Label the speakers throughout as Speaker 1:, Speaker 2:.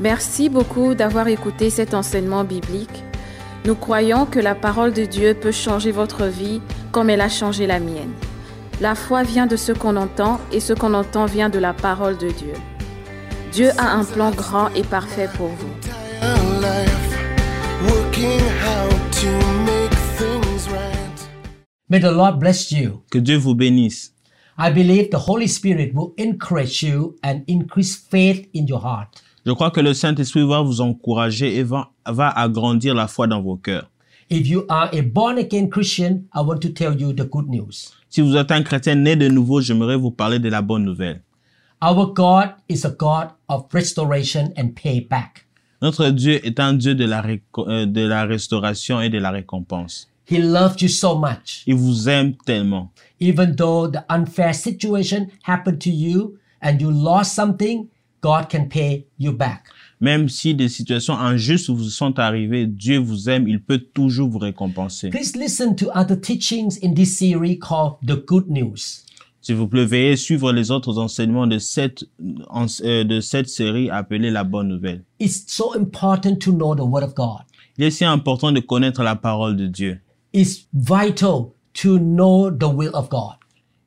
Speaker 1: Merci beaucoup d'avoir écouté cet enseignement biblique. Nous croyons que la parole de Dieu peut changer votre vie comme elle a changé la mienne. La foi vient de ce qu'on entend et ce qu'on entend vient de la parole de Dieu. Dieu a un plan grand et parfait pour vous.
Speaker 2: Entire life, working how to make things right.
Speaker 3: May the Lord bless you.
Speaker 4: Que Dieu vous bénisse.
Speaker 3: I believe the Holy Spirit will encourage you and increase faith in your heart.
Speaker 4: Je crois que le Saint-Esprit va vous encourager et va, va agrandir la foi dans vos cœurs.
Speaker 3: If you are a born again Christian, I want to tell you the good news.
Speaker 4: Si vous êtes un chrétien né de nouveau, j'aimerais vous parler de la bonne nouvelle.
Speaker 3: Our God is a God of restoration and payback.
Speaker 4: Notre Dieu est un Dieu de la, réco- euh, de la restauration et de la récompense.
Speaker 3: He loved you so much.
Speaker 4: Il vous aime tellement.
Speaker 3: Even though the unfair situation happened to you and you lost something, God can pay you back.
Speaker 4: Même si des situations injustes vous sont arrivées, Dieu vous aime, il peut toujours vous récompenser.
Speaker 3: Please listen to other teachings in this series called The Good News.
Speaker 4: S'il vous plaît, veuillez suivre les autres enseignements de cette, en- euh, de cette série appelée La Bonne Nouvelle.
Speaker 3: It's so important to know the Word of God.
Speaker 4: Il est si important de connaître la parole de Dieu.
Speaker 3: It's vital to know the will of God.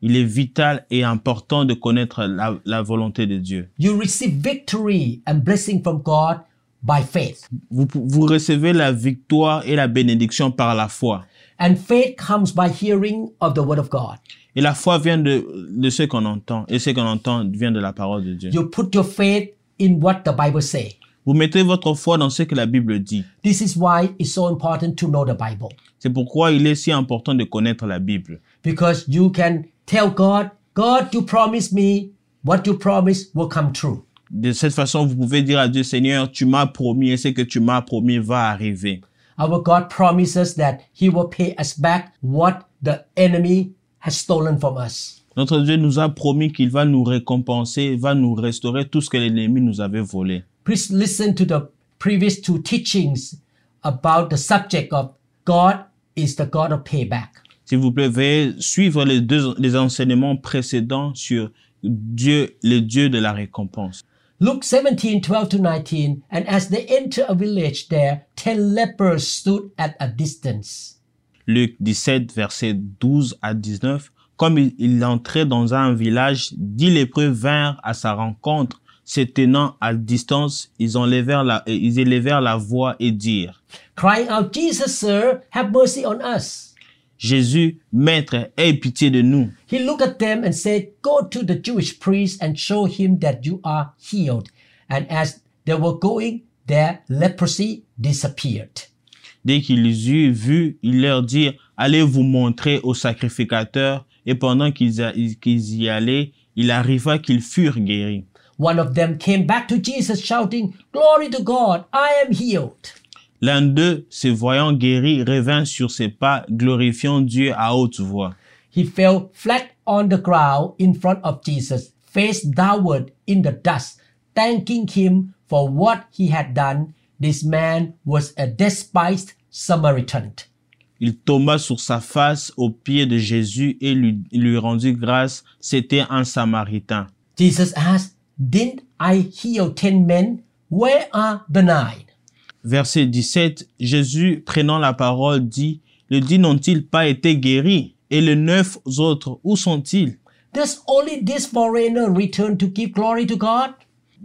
Speaker 4: Il est vital et important de connaître la, la volonté de Dieu.
Speaker 3: You receive victory and blessing from God by faith.
Speaker 4: Vous, pou- vous recevez la victoire et la bénédiction par la foi.
Speaker 3: And faith comes by hearing of the Word of God.
Speaker 4: Et la foi vient de, de ce qu'on entend. Et ce qu'on entend vient de la parole de Dieu.
Speaker 3: You put your faith in what the Bible says.
Speaker 4: Vous mettez votre foi dans ce que la Bible dit.
Speaker 3: This is why it's so important to know the Bible.
Speaker 4: C'est pourquoi il est si important de connaître la Bible.
Speaker 3: Because you can tell God, God, you promised me what you promised will come true.
Speaker 4: De cette façon, vous pouvez dire à Dieu, Seigneur, tu m'as promis et ce que tu m'as promis va arriver.
Speaker 3: Our God promises that He will pay us back what the enemy has stolen from us.
Speaker 4: Notre Dieu nous a promis qu'il va nous récompenser, va nous restaurer tout ce que l'ennemi nous avait volé.
Speaker 3: Please listen to the previous two teachings about the subject of God is the God of payback.
Speaker 4: S'il vous plaît, veuillez suivre les deux les enseignements précédents sur Dieu, le Dieu de la récompense.
Speaker 3: Luke 17, 12 to 19, and as they enter a village there, ten lepers stood at a distance.
Speaker 4: Luc 17, versets 12 à 19. Comme il, il entrait dans un village, dix lépreux vinrent à sa rencontre. Se tenant à distance, ils enlevèrent la, euh, ils élevèrent la voix et dirent,
Speaker 3: Crying out, Jesus, sir, have mercy on us.
Speaker 4: Jésus, maître, aie pitié de nous.
Speaker 3: He looked at them and said, Go to the Jewish priest and show him that you are healed. And as they were going, their leprosy disappeared.
Speaker 4: Dès qu'ils les eurent vus, ils leur dirent, allez vous montrer au sacrificateur. Et pendant qu'ils a- qu'ils y allaient, il arriva qu'ils furent guéris.
Speaker 3: One of them came back to Jesus shouting, Glory to God, I am healed.
Speaker 4: L'un d'eux, se voyant guéri, revint sur ses pas, glorifiant Dieu à haute voix.
Speaker 3: He fell flat on the ground in front of Jesus, face downward in the dust, thanking him for what he had done. This man was a despised Samaritan.
Speaker 4: Il tomba sur sa face aux pieds de Jésus et lui, lui rendit grâce. C'était un Samaritain.
Speaker 3: Jesus asked, Didn't I heal ten men? Where are the nine?
Speaker 4: Verset 17, Jésus, prenant la parole, dit, les dix n'ont-ils pas été guéris? Et les neuf autres, où sont-ils?
Speaker 3: Does only this foreigner return to give glory to God?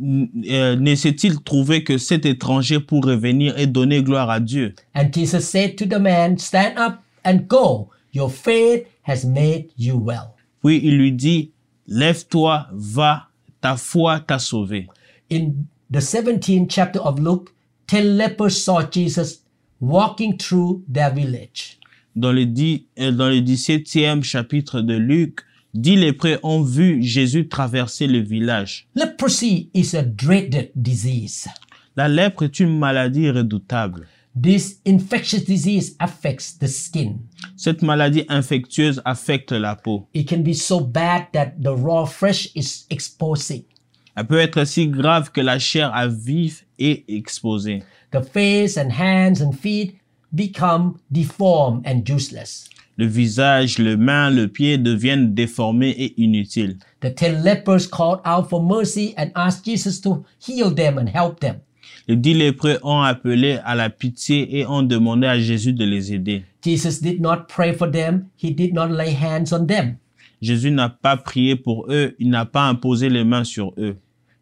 Speaker 4: N- euh, Ne s'est-il trouvé que cet étranger pour revenir et donner gloire à Dieu?
Speaker 3: And Jesus said to the man, Stand up and go. Your faith has made you well.
Speaker 4: Puis il lui dit, lève-toi, va, ta foi t'a sauvé.
Speaker 3: In the 17th chapter of Luke, 10 lepers saw Jesus walking through their village.
Speaker 4: Dans le, dix- euh, dans le 17e chapitre de Luc, dix lépreux ont vu Jésus traverser le village.
Speaker 3: Leprosy is a dreaded disease.
Speaker 4: La lèpre est une maladie redoutable.
Speaker 3: This infectious disease affects the skin.
Speaker 4: Cette maladie infectieuse affecte la peau.
Speaker 3: It can be so bad that the raw flesh is exposing.
Speaker 4: Elle peut être si grave que la chair à vif est exposée.
Speaker 3: The face and hands and feet become deformed and useless.
Speaker 4: Le visage, le main, le pied deviennent déformés et inutiles.
Speaker 3: The ten lepers called out for mercy and asked Jesus to heal them and help them.
Speaker 4: Les dix lépreux ont appelé à la pitié et ont demandé à Jésus de les aider.
Speaker 3: Jesus did not pray for them. He did not lay hands on them.
Speaker 4: Jésus n'a pas prié pour eux, il n'a pas imposé les mains sur eux.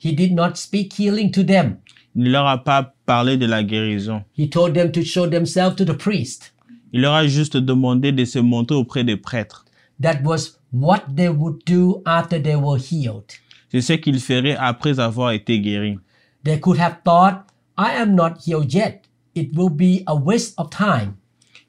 Speaker 3: He did not speak healing to them.
Speaker 4: Il ne leur a pas parlé de la guérison.
Speaker 3: He told them to show themselves to the priest.
Speaker 4: Il leur a juste demandé de se montrer auprès des prêtres.
Speaker 3: That was what they would do after they were healed.
Speaker 4: C'est ce qu'ils feraient après avoir été guéris.
Speaker 3: They could have thought, I am not healed yet. It will be a waste of time.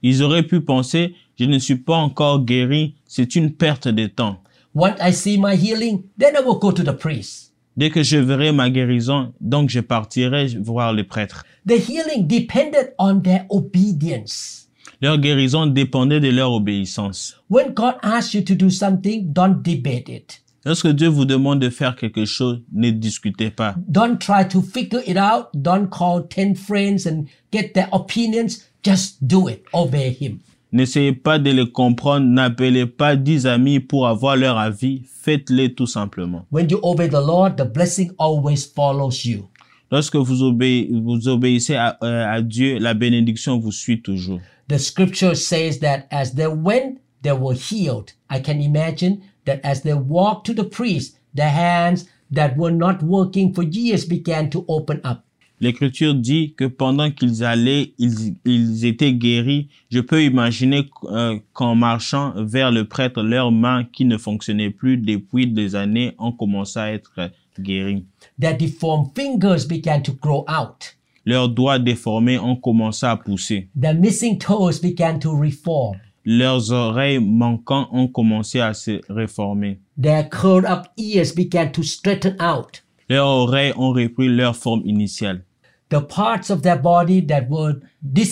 Speaker 4: Ils auraient pu penser, je ne suis pas encore guéri, c'est une perte de temps.
Speaker 3: Once I see my healing, then I will go to the priest.
Speaker 4: Dès que je verrai ma guérison, donc je partirai voir les prêtres.
Speaker 3: The healing depended on their obedience.
Speaker 4: Leur guérison dépendait de leur obéissance.
Speaker 3: When God asks you to do something, don't debate it.
Speaker 4: Lorsque Dieu vous demande de faire quelque chose, ne discutez pas.
Speaker 3: Don't try to figure it out. Don't call 10 friends and get their opinions. Just do it. Obey Him.
Speaker 4: N'essayez pas de le comprendre, n'appelez pas dix amis pour avoir leur avis, faites-les tout simplement.
Speaker 3: When you obey the Lord, the blessing always follows you.
Speaker 4: Lorsque vous, obé- vous obéissez à, euh, à Dieu, la bénédiction vous suit toujours.
Speaker 3: The scripture says that as they went, they were healed. I can imagine that as they walked to the priest, the hands that were not working for years began to open up.
Speaker 4: L'Écriture dit que pendant qu'ils allaient, ils, ils étaient guéris. Je peux imaginer euh, qu'en marchant vers le prêtre, leurs mains qui ne fonctionnaient plus depuis des années ont commencé à être guéries.
Speaker 3: Their deformed fingers began to grow out.
Speaker 4: Leurs doigts déformés ont commencé à pousser.
Speaker 3: Their missing toes began to reform.
Speaker 4: Leurs oreilles manquantes ont commencé à se réformer.
Speaker 3: Their curled up ears began to straighten out.
Speaker 4: Leurs oreilles ont repris leur forme initiale.
Speaker 3: The parts of their body that were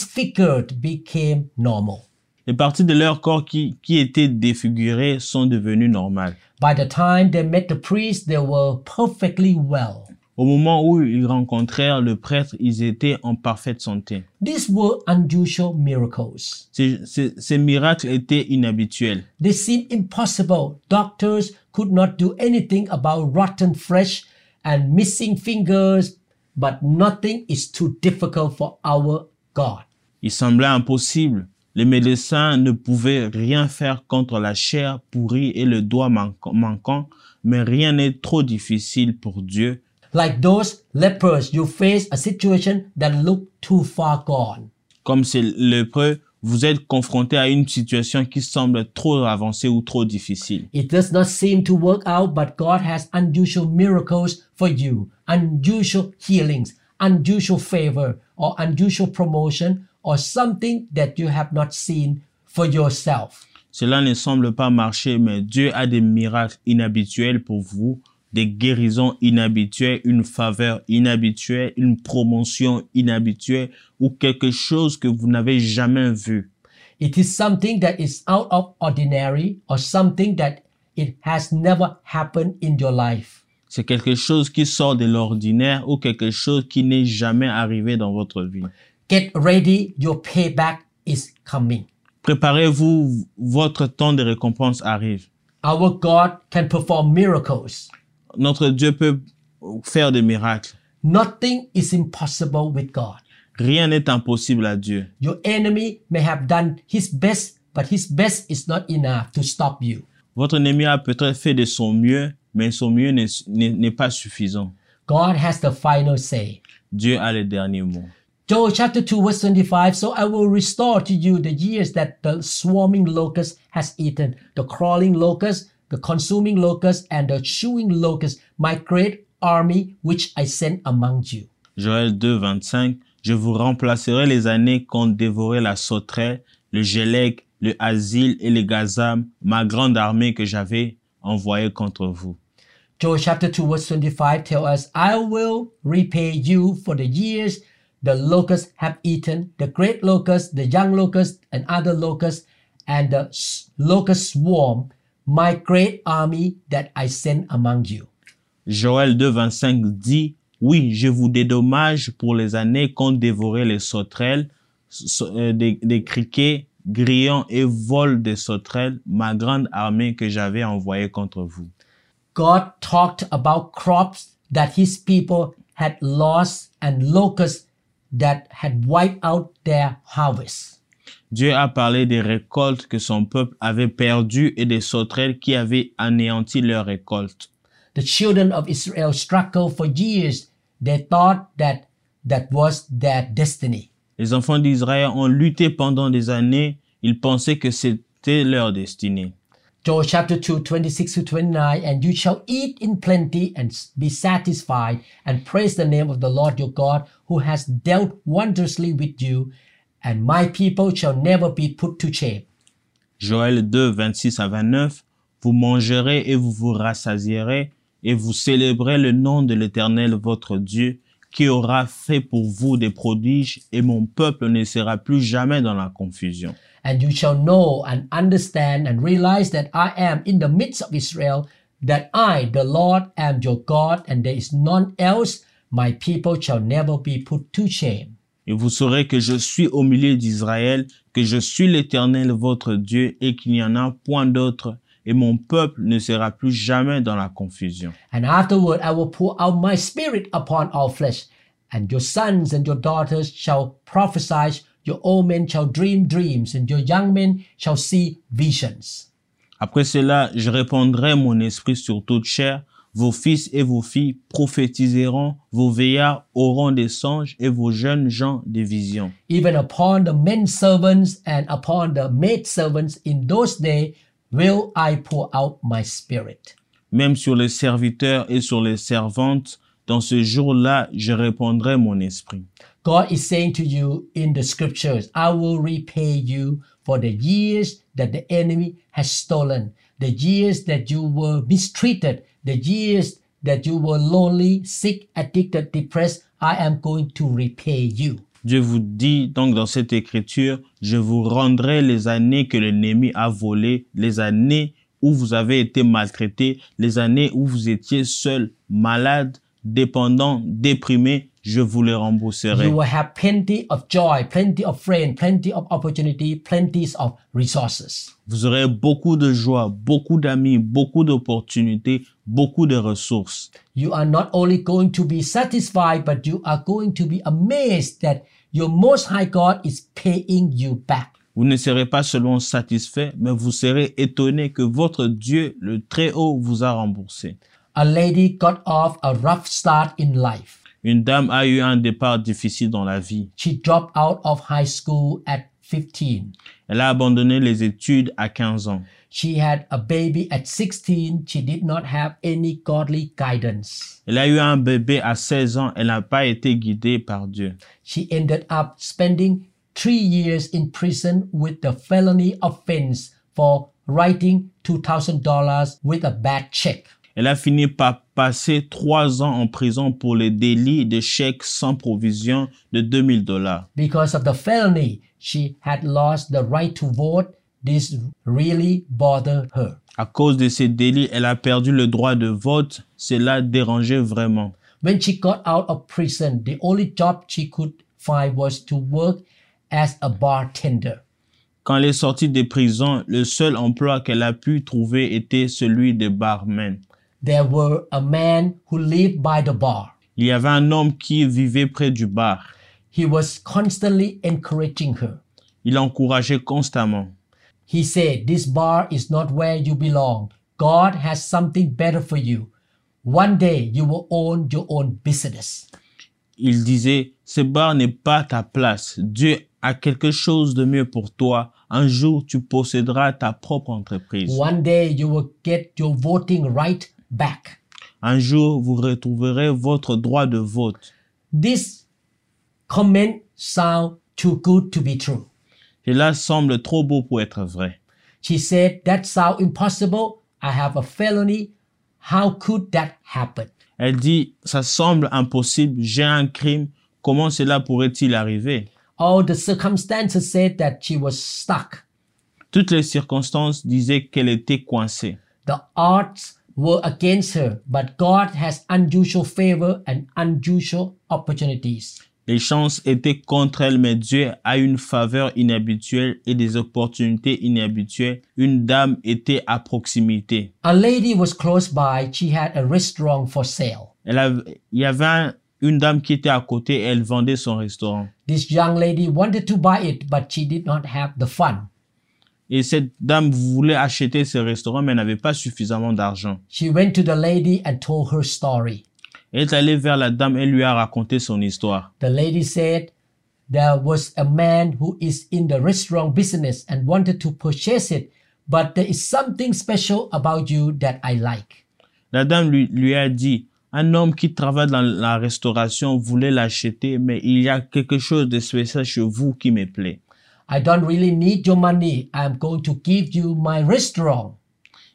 Speaker 3: disfigured became normal.
Speaker 4: Les parties de leur corps qui, qui étaient défigurées sont devenues normales.
Speaker 3: By the time they met the priest, they were perfectly well.
Speaker 4: Au moment où ils rencontrèrent le prêtre, ils étaient en parfaite santé.
Speaker 3: These were unusual miracles.
Speaker 4: Ces, ces- ces miracles étaient inhabituels.
Speaker 3: They seemed impossible. Doctors could not do anything about rotten flesh and missing fingers, but nothing is too difficult for our God.
Speaker 4: Il semblait impossible. Les médecins ne pouvaient rien faire contre la chair pourrie et le doigt manquant- manquant, mais rien n'est trop difficile pour Dieu.
Speaker 3: Like those lepers, you face a situation that looked too far gone.
Speaker 4: Comme c'est lépreux, vous êtes confronté à une situation qui semble trop avancée ou trop difficile.
Speaker 3: It does not seem to work out, but God has unusual miracles for you, unusual healings, unusual favor, or unusual promotion, or something that you have not seen for yourself.
Speaker 4: Cela ne semble pas marcher, mais Dieu a des miracles inhabituels pour vous, des guérisons inhabituelles, une faveur inhabituelle, une promotion inhabituelle ou quelque chose que vous n'avez jamais vu.
Speaker 3: It is something that is out of ordinary or something that it has never happened in your life.
Speaker 4: C'est quelque chose qui sort de l'ordinaire ou quelque chose qui n'est jamais arrivé dans votre vie.
Speaker 3: Get ready, your payback is coming.
Speaker 4: Préparez-vous, votre temps de récompense arrive.
Speaker 3: Our God can perform miracles.
Speaker 4: Notre Dieu peut faire des miracles.
Speaker 3: Nothing is impossible with God.
Speaker 4: Rien n'est impossible à Dieu.
Speaker 3: Your enemy may have done his best, but his best is not enough to stop you.
Speaker 4: Votre ennemi a peut-être fait de son mieux, mais son mieux n'est- n'est n'est pas suffisant.
Speaker 3: God has the final say.
Speaker 4: Dieu a les derniers mots.
Speaker 3: Joel chapter 2 verse 25, so I will restore to you the years that the swarming locust has eaten, the crawling locust, the consuming locust, and the chewing locust, my great army which I sent among you.
Speaker 4: Joël 2, 25. Je vous remplacerai les années qu'ont dévoré la sauterelle, le gélec, le asile et le gazam, ma grande armée que j'avais envoyée contre vous.
Speaker 3: Joel chapter 2 verse 25 tell us, I will repay you for the years the locusts have eaten, the great locust, the young locust, and other locusts, and the s- locust swarm, my great army that I sent among you.
Speaker 4: Joël 2, 25 dit, oui, je vous dédommage pour les années qu'ont dévoré les sauterelles, so- euh, des, des criquets, grillons et vols des sauterelles, ma grande armée que j'avais envoyée contre vous.
Speaker 3: God talked about crops that his people had loss and locusts that had wiped out their harvest.
Speaker 4: Dieu a parlé des récoltes que son peuple avait perdues et des sauterelles qui avaient anéanti leurs récoltes.
Speaker 3: The children of Israel struggled for years. They thought that that was their destiny.
Speaker 4: Les enfants d'Israël ont lutté pendant des années. Ils pensaient que c'était leur destinée.
Speaker 3: Joel chapter 2, 26 to 29, and you shall eat in plenty and be satisfied, and praise the name of the Lord your God, who has dealt wondrously with you, and my people shall never be put to shame.
Speaker 4: Joël 2, 26 à 29. Vous mangerez et vous vous rassasierez et vous célébrez le nom de l'Éternel votre Dieu qui aura fait pour vous des prodiges et mon peuple ne sera plus jamais dans la confusion.
Speaker 3: And you shall know and understand and realize that I am in the midst of Israel, that I, the Lord, am your God, and there is none else. My people shall never be put to shame.
Speaker 4: Et vous saurez que je suis au milieu d'Israël, que je suis l'Éternel votre Dieu et qu'il n'y en a point d'autre et mon peuple ne sera plus jamais dans la confusion.
Speaker 3: And afterward I will pour out my spirit upon all flesh, and your sons and your daughters shall prophesy, your old men shall dream dreams, and your young men shall see visions.
Speaker 4: Après cela, je répandrai mon esprit sur toute chair. Vos fils et vos filles prophétiseront, vos veillards auront des songes et vos jeunes gens des visions.
Speaker 3: Even upon the men servants and upon the maid servants in those days will I pour out my spirit.
Speaker 4: Même sur les serviteurs et sur les servantes, dans ce jour-là, je répandrai mon esprit.
Speaker 3: God is saying to you in the scriptures, I will repay you for the years that the enemy has stolen, the years that you were mistreated, the years that you were lonely, sick, addicted, depressed. I am going to repay you.
Speaker 4: Dieu vous dit donc dans cette écriture, je vous rendrai les années que l'ennemi a volées, les années où vous avez été maltraité, les années où vous étiez seul, malade, dépendant, déprimé, je vous les rembourserai.
Speaker 3: You will have plenty of joy, plenty of friends, plenty of opportunity, plenty of resources.
Speaker 4: Vous aurez beaucoup de joie, beaucoup d'amis, beaucoup d'opportunités, beaucoup de ressources.
Speaker 3: You are not only going to be satisfied, but you are going to be amazed that your Most High God is paying you back.
Speaker 4: Vous ne serez pas seulement satisfait, mais vous serez étonné que votre Dieu, le Très-Haut, vous a remboursé.
Speaker 3: A lady got off a rough start in life.
Speaker 4: Une dame a eu un départ difficile dans la vie.
Speaker 3: She dropped out of high school at 15.
Speaker 4: Elle a abandonné les études à 15 ans.
Speaker 3: She had a baby at 16. She did not have any godly guidance.
Speaker 4: Elle a eu un bébé à 16 ans, elle n'a pas été guidée par Dieu.
Speaker 3: She ended up spending three years in prison with the felony offense for writing $2,000 with a bad check.
Speaker 4: Elle a fini par passer trois ans en prison pour les délits de chèques sans provision de 2000 dollars.
Speaker 3: Because of the felony, she had lost the right to vote. This really bothered her.
Speaker 4: À cause de ces délits, elle a perdu le droit de vote. Cela dérangeait vraiment.
Speaker 3: When she got out of prison, the only job she could find was to work as a bartender.
Speaker 4: Quand elle est sortie des prisons, le seul emploi qu'elle a pu trouver était celui de barman.
Speaker 3: There were a man who lived by the bar.
Speaker 4: Il y avait un homme qui vivait près du bar.
Speaker 3: He was constantly encouraging her.
Speaker 4: Il l'encourageait constamment.
Speaker 3: He said, This bar is not where you belong. God has something better for you. One day you will own your own business.
Speaker 4: Il disait, ce bar n'est pas ta place. Dieu a quelque chose de mieux pour toi. Un jour, tu posséderas ta propre entreprise.
Speaker 3: One day you will get your voting right back.
Speaker 4: Un jour, vous retrouverez votre droit de vote.
Speaker 3: This comment sound too good to be true.
Speaker 4: Cela semble trop beau pour être vrai.
Speaker 3: She said, That sounds impossible. I have a felony. How could that happen?
Speaker 4: Elle dit, ça semble impossible, j'ai un crime, comment cela pourrait-il arriver
Speaker 3: All the circumstances said that she was stuck.
Speaker 4: Toutes les circonstances disaient qu'elle était coincée.
Speaker 3: The odds were against her, but God has unusual favor and unusual opportunities.
Speaker 4: Les chances étaient contre elle, mais Dieu a une faveur inhabituelle et des opportunités inhabituelles. Une dame était à proximité.
Speaker 3: A lady was close by. She had a restaurant for sale.
Speaker 4: Elle avait- il y avait un une dame qui était à côté, elle vendait son restaurant.
Speaker 3: This young lady wanted to buy it, but she did not have the fund.
Speaker 4: Et cette dame voulait acheter ce restaurant, mais n'avait pas suffisamment d'argent.
Speaker 3: She went to the lady and told her story.
Speaker 4: Elle est allée vers la dame et lui a raconté son histoire.
Speaker 3: The lady said there was a man who is in the restaurant business and wanted to purchase it, but there is something special about you that I like.
Speaker 4: La dame lui, lui a dit, un homme qui travaille dans la restauration voulait l'acheter, mais il y a quelque chose de spécial chez vous qui me plaît.
Speaker 3: I don't really need your money. I'm going to give you my restaurant.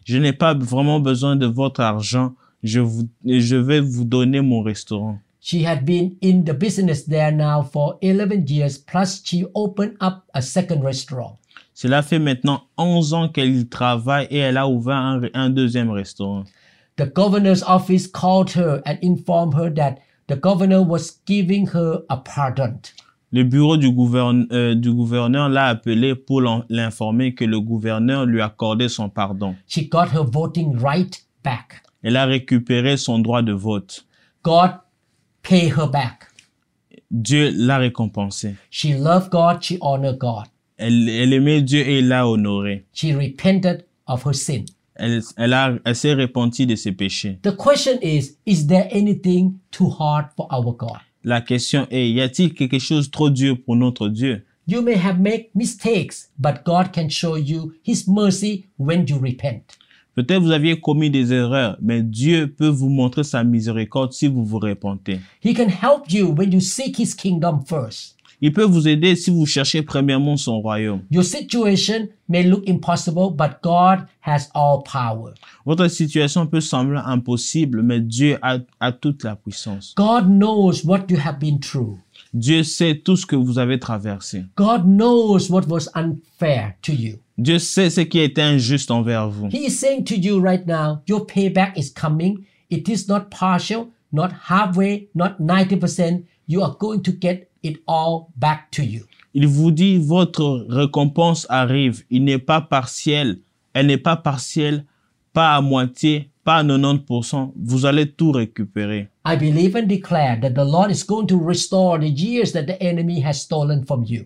Speaker 4: Je n'ai pas vraiment besoin de votre argent. Je, vous- je vais vous donner mon restaurant.
Speaker 3: She had been in the business there now for 11 years, plus she opened up a second restaurant.
Speaker 4: Cela fait maintenant 11 ans qu'elle y travaille et elle a ouvert un, un deuxième restaurant.
Speaker 3: The governor's office called her and informed her that the governor was giving her a pardon.
Speaker 4: Le bureau du, gouverne- euh, du gouverneur l'a appelé pour l'en- l'informer que le gouverneur lui accordait son pardon.
Speaker 3: She got her voting right back.
Speaker 4: Elle a récupéré son droit de vote.
Speaker 3: God paid her back.
Speaker 4: Dieu l'a récompensé.
Speaker 3: She loved God, she honored God.
Speaker 4: Elle, elle aimait Dieu et il l'a honoré.
Speaker 3: She repented of her sin.
Speaker 4: Elle, elle, a- elle s'est repentie de ses péchés.
Speaker 3: The question is Is there anything too hard for our God?
Speaker 4: La question est, y a-t-il quelque chose trop dur pour notre Dieu
Speaker 3: You may have made mistakes, but God can show you His mercy when you repent.
Speaker 4: Peut-être vous aviez commis des erreurs, mais Dieu peut vous montrer sa miséricorde si vous vous repentez.
Speaker 3: He can help you when you seek His kingdom first.
Speaker 4: Il peut vous aider si vous cherchez premièrement son royaume.
Speaker 3: Your situation may look impossible, but God has all power.
Speaker 4: Votre situation peut sembler impossible, mais Dieu a, a toute la puissance.
Speaker 3: God knows what you have been through.
Speaker 4: Dieu sait tout ce que vous avez traversé.
Speaker 3: God knows what was unfair to you.
Speaker 4: Dieu sait ce qui était injuste envers vous.
Speaker 3: He is saying to you right now, your payback is coming. It is not partial, not halfway, not 90%. You are going to get it all back to you.
Speaker 4: Il vous dit, votre récompense arrive. Il n'est pas partiel. Elle n'est pas partielle, pas à moitié, pas à 90%. Vous allez tout récupérer.
Speaker 3: I believe and declare that the Lord is going to restore the years that the enemy has stolen from you.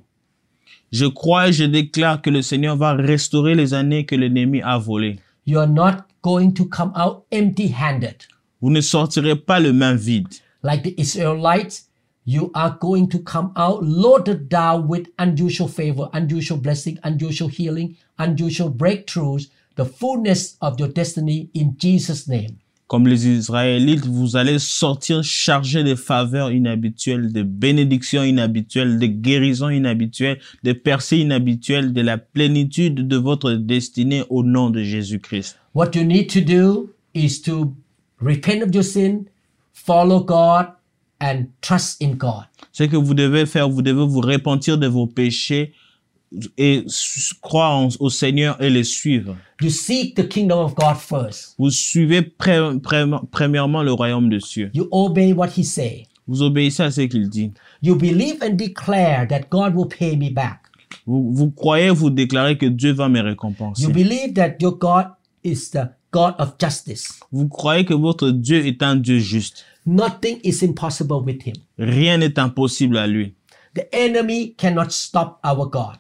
Speaker 4: Je crois et je déclare que le Seigneur va restaurer les années que l'ennemi a volées.
Speaker 3: You are not going to come out empty handed.
Speaker 4: Vous ne sortirez pas le main vide.
Speaker 3: Like the Israelites, you are going to come out loaded down with unusual favor, unusual blessing, unusual healing, unusual breakthroughs, the fullness of your destiny in Jesus' name.
Speaker 4: Comme les Israélites, vous allez sortir chargés de faveurs inhabituelles, de bénédictions inhabituelles, de guérisons inhabituelles, de percées inhabituelles, de la plénitude de votre destinée au nom de Jésus-Christ.
Speaker 3: What you need to do is to repent of your sin, follow God, and trust in God.
Speaker 4: Ce que vous devez faire, vous devez vous repentir de vos péchés et s- croire en- au Seigneur et le suivre.
Speaker 3: You seek the kingdom of God first.
Speaker 4: Vous suivez pre- pre- premièrement le royaume de Dieu.
Speaker 3: You obey what He say.
Speaker 4: Vous obéissez à ce qu'il dit.
Speaker 3: You believe and declare that God will pay me back.
Speaker 4: Vous, vous croyez, vous déclarez que Dieu va me récompenser.
Speaker 3: You believe that your God is the God of justice.
Speaker 4: Vous croyez que votre Dieu est un Dieu juste.
Speaker 3: Nothing is impossible with him.
Speaker 4: Rien n'est impossible à lui.
Speaker 3: The enemy cannot stop our God,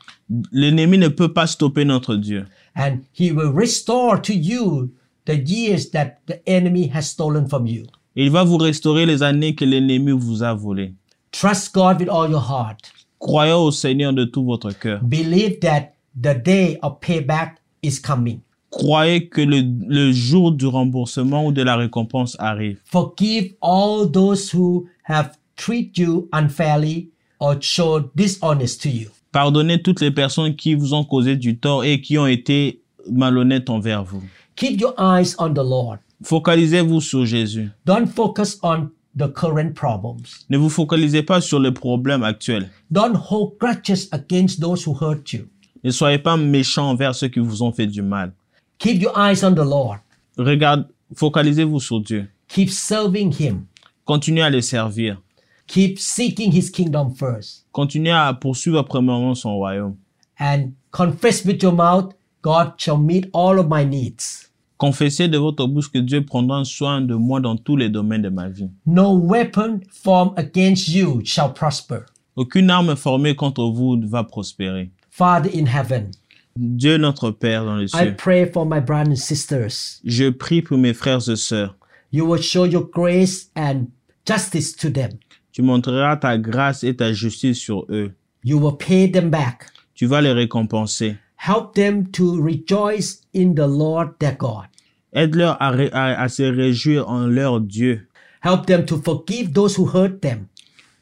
Speaker 4: L'ennemi ne peut pas stopper notre Dieu.
Speaker 3: and he will restore to you the years that the enemy has stolen from you.
Speaker 4: Il va vous restaurer les années que l'ennemi vous a volées.
Speaker 3: Trust God with all your heart.
Speaker 4: Croyez au Seigneur de tout votre cœur.
Speaker 3: Believe that the day of payback is coming.
Speaker 4: Croyez que le, le jour du remboursement ou de la récompense arrive.
Speaker 3: Forgive all those who have treated you unfairly or showed dishonest to you.
Speaker 4: Pardonnez toutes les personnes qui vous ont causé du tort et qui ont été malhonnêtes envers vous.
Speaker 3: Keep your eyes on the Lord.
Speaker 4: Focalisez-vous sur Jésus.
Speaker 3: Don't focus on the current problems.
Speaker 4: Ne vous focalisez pas sur les problèmes actuels.
Speaker 3: Don't hold grudges against those who hurt you.
Speaker 4: Ne soyez pas méchants envers ceux qui vous ont fait du mal.
Speaker 3: Keep your eyes on the Lord.
Speaker 4: Regarde, focalisez-vous sur Dieu.
Speaker 3: Keep serving Him.
Speaker 4: Continuez à le servir.
Speaker 3: Keep seeking His kingdom first.
Speaker 4: Continuez à poursuivre premièrement son royaume.
Speaker 3: And confess with your mouth, God shall meet all of my needs.
Speaker 4: Confessez de votre bouche que Dieu prendra soin de moi dans tous les domaines de ma vie.
Speaker 3: No weapon formed against you shall prosper.
Speaker 4: Aucune arme formée contre vous ne va prospérer.
Speaker 3: Father in heaven,
Speaker 4: Dieu notre Père dans les
Speaker 3: I
Speaker 4: cieux,
Speaker 3: pray for my brothers and sisters.
Speaker 4: je prie pour mes frères et sœurs.
Speaker 3: You will show your grace and justice to them.
Speaker 4: Tu montreras ta grâce et ta justice sur eux.
Speaker 3: You will pay them back.
Speaker 4: Tu vas les récompenser.
Speaker 3: Help them to rejoice in the Lord their God.
Speaker 4: Aide-leur à, ré- à- à se réjouir en leur Dieu.
Speaker 3: Help them to forgive those who hurt them.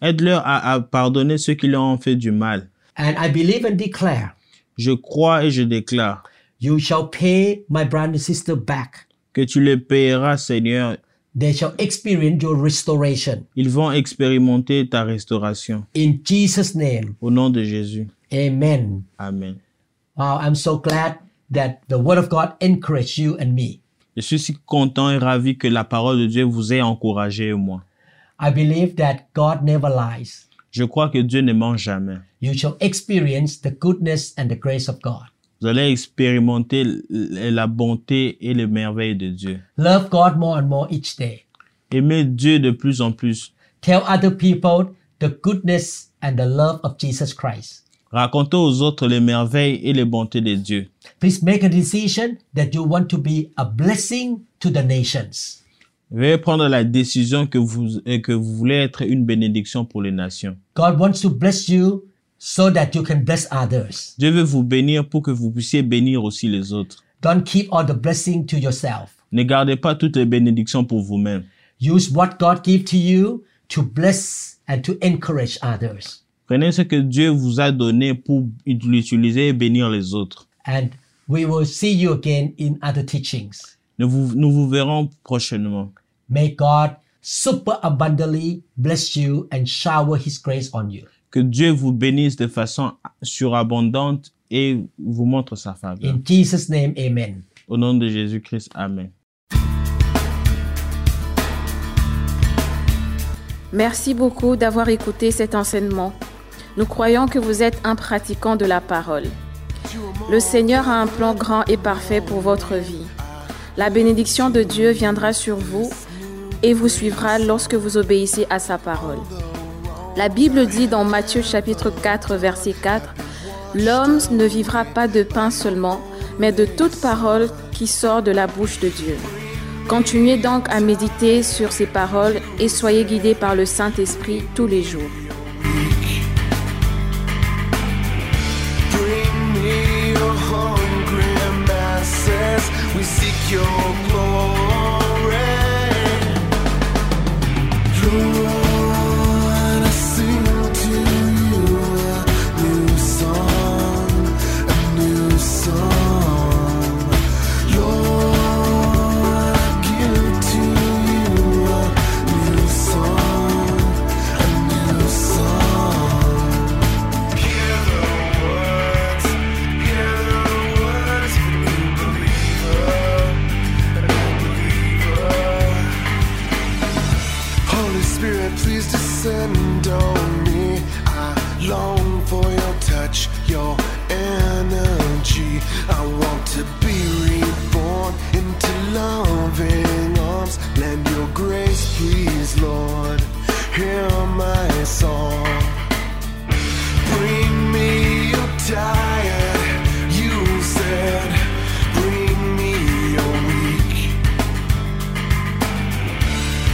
Speaker 4: Aide-leur à, à pardonner ceux qui leur ont fait du mal.
Speaker 3: And I believe and declare,
Speaker 4: Je crois et je déclare
Speaker 3: you shall pay my brother and sister back.
Speaker 4: que tu les payeras, Seigneur.
Speaker 3: They shall experience your restoration.
Speaker 4: Ils vont expérimenter ta restauration.
Speaker 3: In Jesus' name,
Speaker 4: Au nom de Jésus.
Speaker 3: amen.
Speaker 4: Amen.
Speaker 3: Wow, I'm so glad that the Word of God encouraged you and me.
Speaker 4: Je suis si content et ravi que la parole de Dieu vous ait encouragé et moi.
Speaker 3: I believe that God never lies.
Speaker 4: Je crois que Dieu ne ment jamais.
Speaker 3: You shall experience the goodness and the grace of God.
Speaker 4: Vous allez expérimenter l- la bonté et les merveilles de Dieu.
Speaker 3: Love God more and more each day.
Speaker 4: Aimez Dieu de plus en plus.
Speaker 3: Tell other people the goodness and the love of Jesus Christ.
Speaker 4: Racontez aux autres les merveilles et les bontés de Dieu.
Speaker 3: Please make a decision that you want to be a blessing to the nations.
Speaker 4: Veuillez prendre la décision que vous, euh, que vous voulez être une bénédiction pour les nations.
Speaker 3: God wants to bless you so that you can bless others.
Speaker 4: Dieu veut vous bénir pour que vous puissiez bénir aussi les autres.
Speaker 3: Don't keep all the blessing to yourself.
Speaker 4: Ne gardez pas toutes les bénédictions pour vous-même.
Speaker 3: Use what God gave to you to bless and to encourage others.
Speaker 4: Prenez ce que Dieu vous a donné pour l'utiliser et bénir les autres.
Speaker 3: And we will see you again in other teachings.
Speaker 4: Nous vous, nous vous verrons prochainement.
Speaker 3: May God super abundantly bless you and shower his grace on you.
Speaker 4: Que Dieu vous bénisse de façon surabondante et vous montre sa faveur.
Speaker 3: In Jesus' name, amen.
Speaker 4: Au nom de Jésus-Christ, Amen.
Speaker 1: Merci beaucoup d'avoir écouté cet enseignement. Nous croyons que vous êtes un pratiquant de la parole. Le Seigneur a un plan grand et parfait pour votre vie. La bénédiction de Dieu viendra sur vous et vous suivra lorsque vous obéissez à sa parole. La Bible dit dans Matthieu chapitre 4 verset 4, L'homme ne vivra pas de pain seulement, mais de toute parole qui sort de la bouche de Dieu. Continuez donc à méditer sur ces paroles et soyez guidés par le Saint-Esprit tous les jours.
Speaker 2: Bring me your hungry masses. We seek your glory. Lord, I sing to you a new song, a new song. Lord, I give to you a new song, a new song. Hear the words, hear the words of a new believer, a new believer. Holy Spirit, please descend on me. I long for your touch, your energy. I want to be reborn into loving arms. Lend your grace, please, Lord. Hear my song. Bring me your tired, you said. Bring me your weak.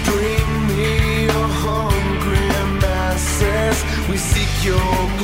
Speaker 2: Bring me your hungry masses. We seek your